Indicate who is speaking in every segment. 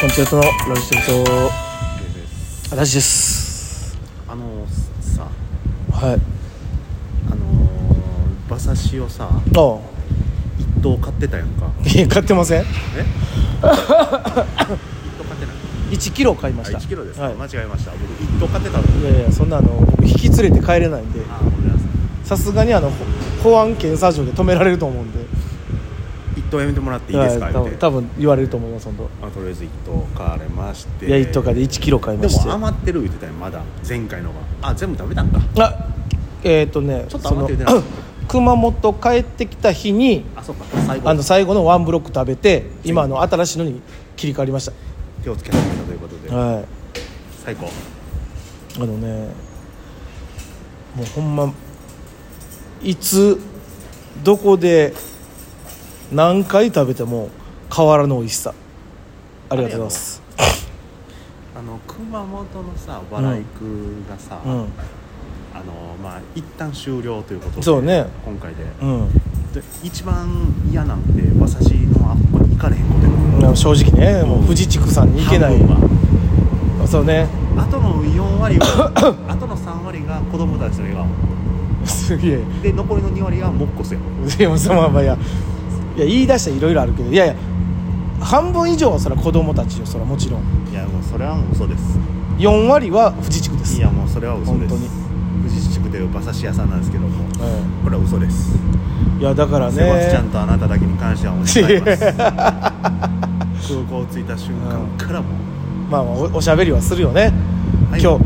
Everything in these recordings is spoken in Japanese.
Speaker 1: コンチェルトのラジセルト
Speaker 2: です
Speaker 1: 私です
Speaker 2: あのさ
Speaker 1: はい
Speaker 2: あの馬刺しをさ
Speaker 1: あ
Speaker 2: 一頭買ってたやんか
Speaker 1: あいや買ってません
Speaker 2: え 一頭買ってない
Speaker 1: 1キロ買いました
Speaker 2: あ1キロですか、
Speaker 1: はい、
Speaker 2: 間違えました僕一頭買ってたの
Speaker 1: いやいやそんなあの僕引き連れて帰れないんで
Speaker 2: あごめんなさ
Speaker 1: さすがにあのほ保安検査場で止められると思うんで
Speaker 2: い一頭やめてもらっていいですか
Speaker 1: は
Speaker 2: っ
Speaker 1: い
Speaker 2: て
Speaker 1: 多分多分言われると思います本当
Speaker 2: あとりあえず一頭買われまして
Speaker 1: いや1とかで1キロ買い
Speaker 2: で
Speaker 1: まして
Speaker 2: も余ってる言ってたよまだ前回のがあ全部食べたんか
Speaker 1: あえっ、ー、とね
Speaker 2: ちょっと
Speaker 1: そ
Speaker 2: 余
Speaker 1: の
Speaker 2: ってるね
Speaker 1: 熊本帰ってきた日に
Speaker 2: あそうか最後
Speaker 1: あの最後のワンブロック食べて今の新しいのに切り替わりまし
Speaker 2: 手をつけ始めたということで
Speaker 1: たはい
Speaker 2: 最高
Speaker 1: あのねもうほんまいつどこで何回食べても変わらぬ美味しさありがとうございます
Speaker 2: あの熊本のさバラエクがさ、
Speaker 1: うん
Speaker 2: あのまあ一旦終了ということで
Speaker 1: そうね
Speaker 2: 今回で
Speaker 1: うん
Speaker 2: で一番嫌なんて馬刺しのあっこに行かれへんことやもん
Speaker 1: まあ正直ねもう富士地区さんに行けない
Speaker 2: 半分
Speaker 1: そうね
Speaker 2: はあとの4割は あとの3割が子供たちの笑
Speaker 1: すげえ
Speaker 2: 顔で残りの2割がモッコスやもん
Speaker 1: いやそのままいやいや言い出したらいろいろあるけどいやいや半分以上はそれは子供たちよそれはもちろん
Speaker 2: いやもうそれはもう嘘です
Speaker 1: 4割は富士地区です
Speaker 2: いやもうそれは嘘です
Speaker 1: 本
Speaker 2: 富士地区でいう馬刺し屋さんなんですけども
Speaker 1: は
Speaker 2: これは嘘です、
Speaker 1: い、いやだからね
Speaker 2: セバスチャンとあなただけに関してはお願いし ます空港着いた瞬間からもう
Speaker 1: まあ、まあおおしゃべりはするよね、
Speaker 2: はい
Speaker 1: 今日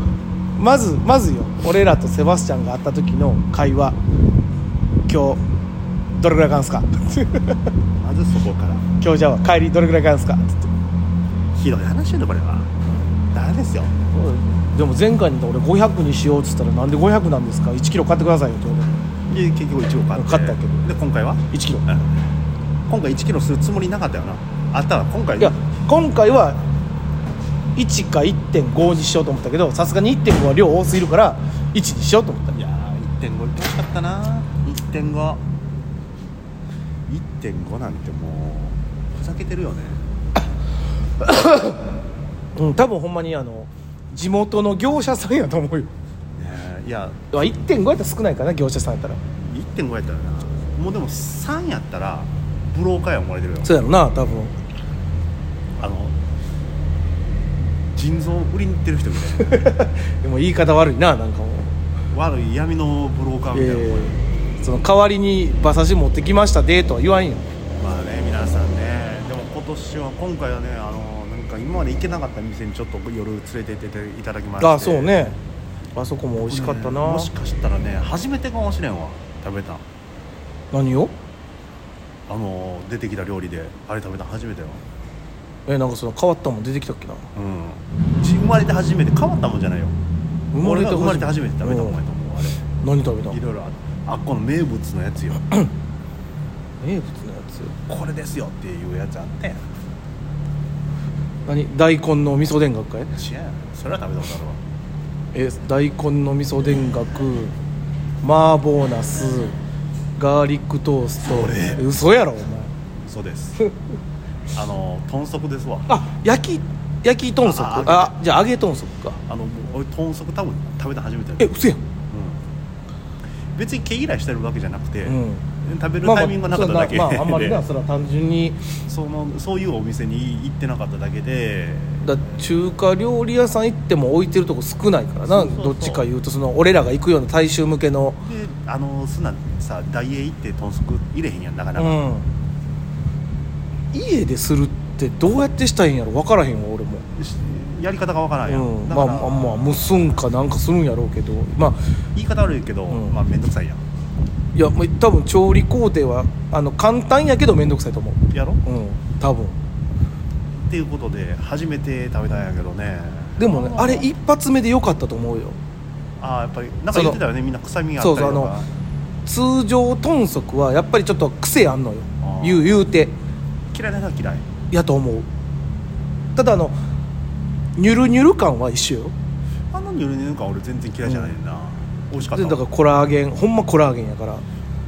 Speaker 1: まずまずよ俺らとセバスチャンが会った時の会話今日どれぐらいかんすか
Speaker 2: まずそこから
Speaker 1: 今日じゃあ帰りどれぐらいかんすかつって
Speaker 2: ひどい話やでこれはダメですよ
Speaker 1: でも前回に俺500にしようっつったらなんで500なんですか1キロ買ってくださいよって言わ
Speaker 2: で結局1号買って
Speaker 1: 買ったけ
Speaker 2: で
Speaker 1: ど
Speaker 2: 今回は
Speaker 1: れ1キロ
Speaker 2: うん今回1キロするつもりなかったよなあったら今回
Speaker 1: いや今回は1か1.5にしようと思ったけどさすがに1.5は量多すぎるから1にしようと思っ
Speaker 2: い
Speaker 1: た
Speaker 2: やー1.5行ってほしかったな1.51.5なんてもうふざけてるよね
Speaker 1: うん多分ほんまにあの地元の業者さんやと思うよ
Speaker 2: ねえいや
Speaker 1: あ1.5やったら少ないかな業者さんやったら
Speaker 2: 1.5やったらなもうでも3やったらブローカーや思われてるよ
Speaker 1: そうやろな多分
Speaker 2: あの腎臓売りに行ってる人みたいな
Speaker 1: でも言い方悪いななんかもう
Speaker 2: 悪い闇のブローカーみたいなもんよ
Speaker 1: その代わりに馬刺し持ってきましたでとは言わんよ
Speaker 2: まあね皆さんねでも今年は今回はねあのなんか今まで行けなかった店にちょっと夜連れて行っていただきまして
Speaker 1: あそうねあそこも美味しかったな、
Speaker 2: もしかしたらね初めてかもしれんわ食べたん
Speaker 1: 何を
Speaker 2: あの出てきた料理であれ食べたん初めてよ
Speaker 1: えなんかその変わったもん出てきたっけな
Speaker 2: うんじ生まれて初めて変わったもんじゃないよ
Speaker 1: 生まれて初
Speaker 2: 俺が
Speaker 1: めて
Speaker 2: 生まれて初めて食べたもんやと思う
Speaker 1: うん
Speaker 2: あれ
Speaker 1: 何食べた
Speaker 2: い
Speaker 1: の
Speaker 2: ろいろああっこの名物のやつよ
Speaker 1: 名物のやつ
Speaker 2: これですよっていうやつあって
Speaker 1: 何大根の味噌田楽かい
Speaker 2: 違うそれは食べたことあるわ
Speaker 1: え大根の味噌田楽麻婆ナスガーリックトースト
Speaker 2: それ
Speaker 1: え嘘やろお前
Speaker 2: そうですあの豚足ですわ
Speaker 1: あ焼き焼き豚足
Speaker 2: あ
Speaker 1: あ
Speaker 2: 揚げ
Speaker 1: じゃあ揚げ豚足か
Speaker 2: あのもう俺豚足多分食べた初めてだ
Speaker 1: え
Speaker 2: よ
Speaker 1: 嘘やん
Speaker 2: うん別に毛嫌いしてるわけじゃなくて、
Speaker 1: うん
Speaker 2: 食べるタイミングがなかった だけで、
Speaker 1: まあまあ、まあ、あんまりなそれは単純に
Speaker 2: そのそういうお店に行ってなかっただけで
Speaker 1: だ中華料理屋さん行っても置いてるとこ少ないか
Speaker 2: そ
Speaker 1: らな
Speaker 2: うそうそう
Speaker 1: どっちかいうとその俺らが行くような大衆向けの
Speaker 2: であのすなさ大栄行って豚足入れへんやんなかな
Speaker 1: う
Speaker 2: か、
Speaker 1: ん家でするってどうやってしたいんやろ分からへんわ俺も、
Speaker 2: しやり方がわからんやん、
Speaker 1: うん、
Speaker 2: だ
Speaker 1: ま
Speaker 2: か
Speaker 1: あ
Speaker 2: ら、
Speaker 1: まあまあ蒸すんかなんかするんやろうけどまあ
Speaker 2: 言い方悪いけど、
Speaker 1: うん
Speaker 2: まあ面倒くさいやん
Speaker 1: いやもう多分調理工程はあの簡単やけど面倒くさいと思う
Speaker 2: やろ
Speaker 1: うん多分
Speaker 2: っていうことで初めて食べたんやけどね
Speaker 1: でもねあれ一発目で良かったと思うよ
Speaker 2: ああやっぱりなんか言ってたよねみんな臭みがあったり
Speaker 1: そうそ
Speaker 2: と
Speaker 1: う
Speaker 2: か
Speaker 1: 通常豚足はやっぱりちょっと癖あんのよ
Speaker 2: あー
Speaker 1: 言う言うて
Speaker 2: 嫌いな人は嫌い
Speaker 1: やと思うただあのニュルニュル感は一緒よ
Speaker 2: あんなにゆるになんか俺全然嫌いじゃないねんな、美味しかった
Speaker 1: で
Speaker 2: わ
Speaker 1: だからコラーゲンほんまコラーゲンやから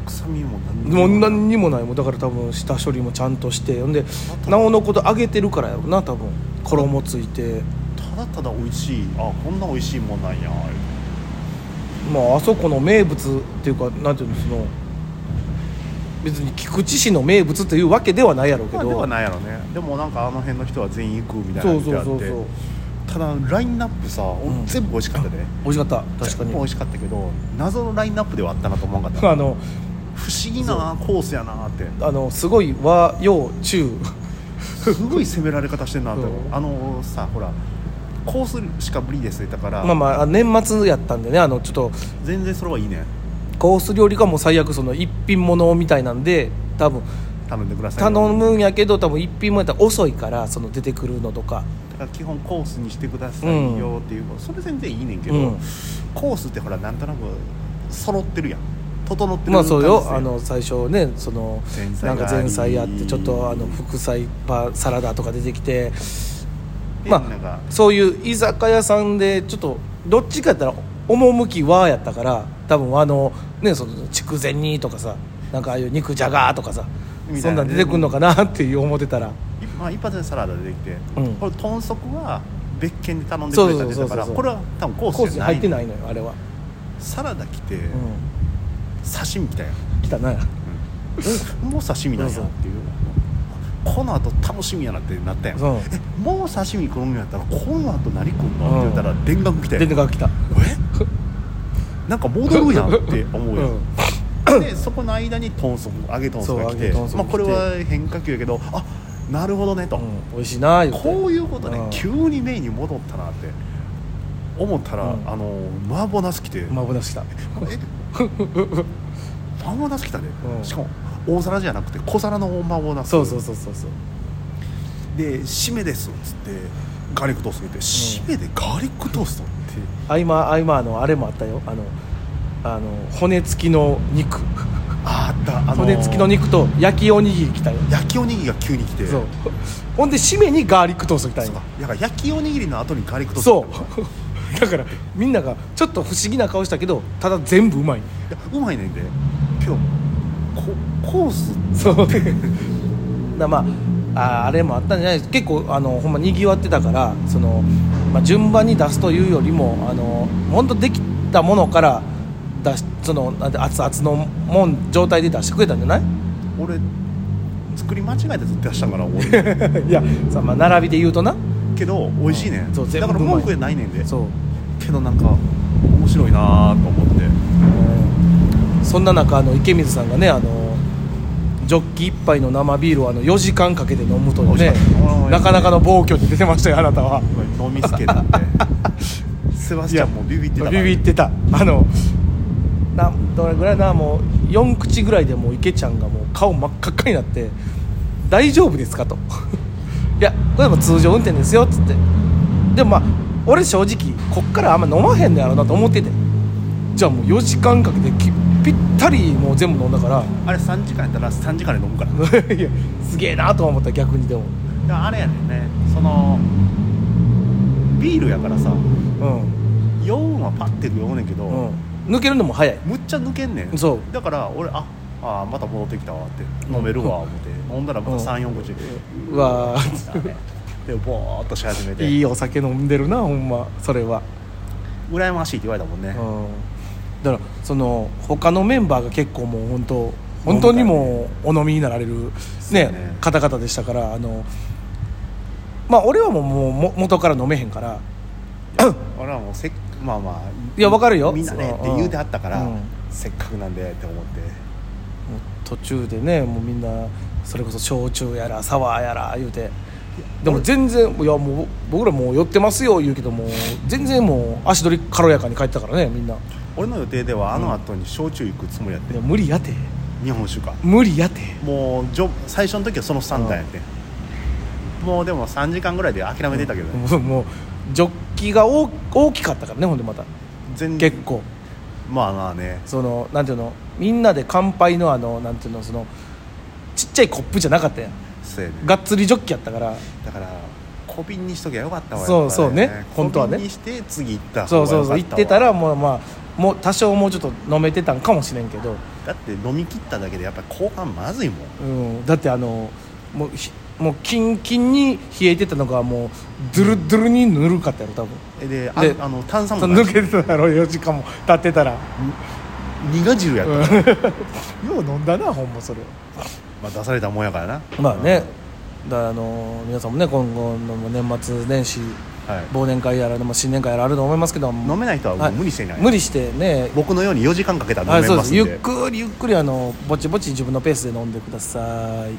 Speaker 2: 臭みも何
Speaker 1: もう何
Speaker 2: に
Speaker 1: にもないもうだから多分下処理もちゃんとしてほんでなおのこと揚げてるからやろな多分衣ついて
Speaker 2: ただただ美味しいあこんな美味しいもんなんや
Speaker 1: まああそこの名物っていうかなんていうのその別に菊池市の名物というわけではないやろうけ
Speaker 2: まあ
Speaker 1: ど、
Speaker 2: ではないやろねでもなんかあの辺の人は全員行くみたいな
Speaker 1: そう
Speaker 2: 感じ
Speaker 1: そ
Speaker 2: で
Speaker 1: う
Speaker 2: あっ
Speaker 1: そう
Speaker 2: て
Speaker 1: そう
Speaker 2: ただラインナップさ、
Speaker 1: ん
Speaker 2: 全部美味しかったね
Speaker 1: 美味しかった確か
Speaker 2: 全部美
Speaker 1: に
Speaker 2: 味しかったけど謎のラインナップではあったなと思わんかった
Speaker 1: あの
Speaker 2: 不思議なコースやな って
Speaker 1: あのすごい和洋中
Speaker 2: すごい攻められ方してんなって
Speaker 1: そう
Speaker 2: あのさほらコースしか無理ですだから、
Speaker 1: まあまああ年末やったんでねあのちょっと
Speaker 2: 全然それはいいね
Speaker 1: コース料理がもう最悪その一品物みたいなんで多分
Speaker 2: 頼んでください
Speaker 1: 頼むんやけど多分一品物やったら遅いからその出てくるのとか
Speaker 2: だから基本コースにしてくださいよっていう、それ全然いいねんけど、
Speaker 1: うん
Speaker 2: コースってほらなんとなく揃ってるやん整ってる
Speaker 1: まあそうよ
Speaker 2: 感じです
Speaker 1: あの最初ねその
Speaker 2: 前菜
Speaker 1: なん
Speaker 2: が
Speaker 1: か
Speaker 2: あり
Speaker 1: 前菜やってちょっとあの副菜パーサラダとか出てきて
Speaker 2: で
Speaker 1: まあ
Speaker 2: なんか
Speaker 1: そういう居酒屋さんでちょっとどっちかやったら趣和やったから多分あのねその筑前煮とかさなんかああいう肉じゃがとかさ
Speaker 2: みた
Speaker 1: そ
Speaker 2: い
Speaker 1: ん
Speaker 2: な
Speaker 1: なん
Speaker 2: ね
Speaker 1: 出てくるのかなっていう思ってたら
Speaker 2: いまあ、一発でサラダ出てきて、
Speaker 1: うん
Speaker 2: これ豚足は別件で頼んでくれたんで
Speaker 1: そうそうそうそう
Speaker 2: だからこれは多分コ
Speaker 1: コ
Speaker 2: ー
Speaker 1: ー
Speaker 2: ス
Speaker 1: ス
Speaker 2: じゃ
Speaker 1: に
Speaker 2: な
Speaker 1: 入
Speaker 2: い
Speaker 1: ってないのよあれは、
Speaker 2: サラダ来て、
Speaker 1: う
Speaker 2: 刺身来たやん
Speaker 1: ん、来た な
Speaker 2: もう刺身なんやっていうこの後楽しみやなってなったやん、
Speaker 1: うん
Speaker 2: えもう刺身来るんやったらこの後何来んの、
Speaker 1: うん
Speaker 2: って言ったら電源来たや
Speaker 1: 電
Speaker 2: ん
Speaker 1: 電が来
Speaker 2: え
Speaker 1: た
Speaker 2: なんか戻るやんって思うやん、
Speaker 1: うん
Speaker 2: でそこの間に豚足揚げ豚足が来て
Speaker 1: そう揚げ豚足来て
Speaker 2: まあ、これは変化球やけどあなるほどねと、
Speaker 1: うん、美味しいな言て
Speaker 2: こういうことね、
Speaker 1: うん
Speaker 2: 急にメインに戻ったなって思ったら、
Speaker 1: うん
Speaker 2: あの麻婆ナス来て、
Speaker 1: まぶなし来た
Speaker 2: え 麻婆ナス来たね、
Speaker 1: うん
Speaker 2: しかも大皿じゃなくて小皿の麻婆ナス
Speaker 1: そうそうそうそうそう
Speaker 2: で締めですっつってガーリックトースト言って、締めでガーリックトーストって
Speaker 1: 合間合間あのあれもあったよあのあの骨付きの肉
Speaker 2: ああったあのー
Speaker 1: 骨付きの肉と焼きおにぎり来たよ
Speaker 2: 焼きおにぎりが急に来て
Speaker 1: そうほんで締めにガーリックトースト来たん
Speaker 2: そう
Speaker 1: よ
Speaker 2: かだから焼きおにぎりの後にガーリックトース
Speaker 1: そ
Speaker 2: ト
Speaker 1: う だからみんながちょっと不思議な顔したけどただ全部うまい
Speaker 2: いやうまいねんでけどこコース
Speaker 1: そう だまああーあれもあったんじゃないです結構あのほんまにぎわってたからその、まあ、順番に出すというよりもあの本当できたものから出しそのなんて熱々のもん状態で出してくれたんじゃない
Speaker 2: 俺作り間違えて出したから俺
Speaker 1: いやさ、まあ、並びで言うとな
Speaker 2: けど美味しいねん、
Speaker 1: そう全
Speaker 2: だ
Speaker 1: 部
Speaker 2: から
Speaker 1: うまい
Speaker 2: 文句でないねんで
Speaker 1: そう、
Speaker 2: けどなんか面白いなーと思って
Speaker 1: うんそんな中あの池水さんがねあのジョッキ一杯の生ビールをあの4時間かけて飲むという
Speaker 2: 美
Speaker 1: ね
Speaker 2: 味しかったうん
Speaker 1: なかなかの暴挙に出てましたよあなたは。
Speaker 2: 飲みつけた ってセバスチャンもビビってたから
Speaker 1: ビビってたあのなどれぐらいなもう4口ぐらいでもう池ちゃんがもう顔真っ赤っかになって「大丈夫ですか?」と 「いやこれも通常運転ですよ」っつってでもまあ俺正直こっからあんま飲まへんのやろうなと思っててじゃあもう4時間かけてきぴったりもう全部飲んだから
Speaker 2: あれ3時間やったら3時間で飲むから
Speaker 1: いやすげえなとは思った逆にでも
Speaker 2: いやあれやねんねそのビールやからさ
Speaker 1: うん、
Speaker 2: 酔うんはパッて酔うねんけど、
Speaker 1: うん、抜けるのも早い
Speaker 2: むっちゃ抜けんねん
Speaker 1: そう
Speaker 2: だから俺ああーまた戻ってきたわって飲めるわ思って、飲んだらまた34口
Speaker 1: うわー
Speaker 2: だねでボーっとし始めて
Speaker 1: いいお酒飲んでるなほんまそれは。
Speaker 2: 羨ましいって言われたもんね、
Speaker 1: うん、だからその他のメンバーが結構もう本当本当にもうお飲みになられる、ね
Speaker 2: そうね
Speaker 1: 方々でしたからあのまあ俺はもうもうも元から飲めへんから
Speaker 2: 俺はもうせっまあまあ
Speaker 1: いやわかるよ
Speaker 2: みんなね
Speaker 1: そう
Speaker 2: って言うてはったから、
Speaker 1: うん
Speaker 2: せっかくなんでって思って
Speaker 1: もう途中でねもうみんなそれこそ焼酎やらサワーやら言うてでも全然いやもう僕らもう酔ってますよ言うけども全然もう足取り軽やかに帰ってたからねみんな
Speaker 2: 俺の予定ではあの後に焼酎行くつもりやって、
Speaker 1: でも無理やて
Speaker 2: 日本酒か
Speaker 1: 無理やて
Speaker 2: もうじょ最初の時はその3段やって、もうでも3時間ぐらいで諦めてたけどね、
Speaker 1: もうもうジョッキが大大きかったからねほんでまた
Speaker 2: 全
Speaker 1: 結構
Speaker 2: まあまあね
Speaker 1: そのなんていうのみんなで乾杯のあのなんていうのそのちっちゃいコップじゃなかったやん
Speaker 2: そうやね
Speaker 1: がっつりジョッキやったから
Speaker 2: だから小瓶にしときゃよかったわ
Speaker 1: そう
Speaker 2: やっぱり
Speaker 1: そうね本当はね
Speaker 2: 小瓶にして次行った
Speaker 1: そ
Speaker 2: 方
Speaker 1: う
Speaker 2: が
Speaker 1: そ
Speaker 2: よ
Speaker 1: う
Speaker 2: か
Speaker 1: そう
Speaker 2: わ
Speaker 1: 行ってたらもうまあもう多少もうちょっと飲めてたんかもしれんけど、
Speaker 2: だって飲み切っただけでやっぱり後半まずいもん
Speaker 1: うん、だってあのもうひもうキンキンに冷えてたのがもうドゥルドゥルにぬるかったやろ多分
Speaker 2: えであ
Speaker 1: で
Speaker 2: あの炭酸
Speaker 1: そ
Speaker 2: も
Speaker 1: う
Speaker 2: ない
Speaker 1: 抜けてたやろ4時間も経ってたら
Speaker 2: 苦汁 やった、
Speaker 1: うん
Speaker 2: ま
Speaker 1: よう飲んだなほんまそれ
Speaker 2: あ、出されたもんやからな
Speaker 1: まあね、だからあの皆さんもね今後の年末年始
Speaker 2: うんはい
Speaker 1: 忘年会やらでも新年会やらあると思いますけど
Speaker 2: 飲めない人はもう無理していない、
Speaker 1: 無理してね
Speaker 2: 僕のように4時間かけたら
Speaker 1: は
Speaker 2: 飲
Speaker 1: い
Speaker 2: め
Speaker 1: そう
Speaker 2: ま
Speaker 1: ですす
Speaker 2: んで
Speaker 1: ゆっくりゆっくりあのぼちぼち自分のペースで飲んでください